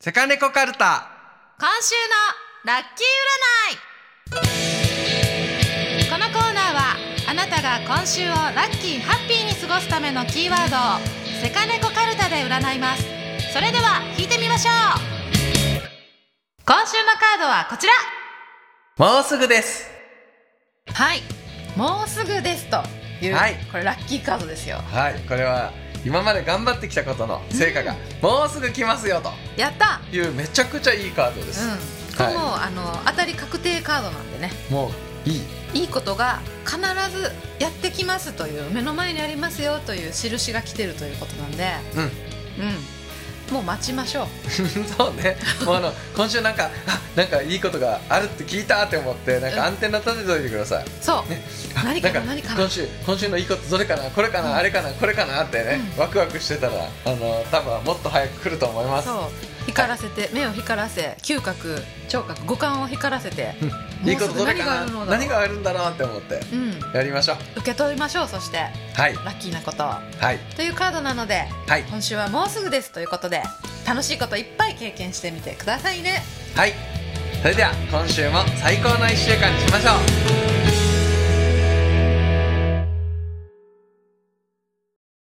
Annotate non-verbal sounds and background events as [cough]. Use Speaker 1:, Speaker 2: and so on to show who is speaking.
Speaker 1: セカネコカルタ
Speaker 2: 今週のラッキー占いこのコーナーはあなたが今週をラッキーハッピーに過ごすためのキーワードをセカネコカルタで占いますそれでは引いてみましょう今週のカードはこちら
Speaker 1: もうすぐです
Speaker 2: はいもうすぐですという、
Speaker 1: はい
Speaker 2: これラッキーカードですよ
Speaker 1: はいこれは今まで頑張ってきたことの成果がもうすぐ来ますよ
Speaker 2: やった
Speaker 1: というめちゃくちゃいいカードで
Speaker 2: うん
Speaker 1: す、
Speaker 2: しかも、あの当たり確定カードなんでね
Speaker 1: もういい
Speaker 2: いいことが必ずやってきますという目の前にありますよという印が来てるということなんで、
Speaker 1: うん [laughs]
Speaker 2: うん、もう待ちましょう。
Speaker 1: そうね、もうあの今週なんか、あなんかいいことがあるって聞いたって思って、なんかアンテナ立てといてください。
Speaker 2: そう、
Speaker 1: ねあ
Speaker 2: 何かな何かな
Speaker 1: 今週、今週のいいことどれかな、これかな、あれかな、これかなってね、ワクワクしてたら、あの多分もっと早く来ると思います。
Speaker 2: そう、光らせて、目を光らせ、嗅覚、聴覚、五感を光らせて、
Speaker 1: いいことどれかな、
Speaker 2: もうすぐ
Speaker 1: 何
Speaker 2: 何が
Speaker 1: があるんだろうって思って、
Speaker 2: うん、
Speaker 1: やりましょう。
Speaker 2: 受け取りましょう。そして
Speaker 1: はい、
Speaker 2: ラッキーなことを
Speaker 1: はい、
Speaker 2: というカードなので、
Speaker 1: はい、
Speaker 2: 今週はもうすぐですということで、楽しいこといっぱい経験してみてくださいね。
Speaker 1: はい。それでは、今週も最高の一週間にしましょう。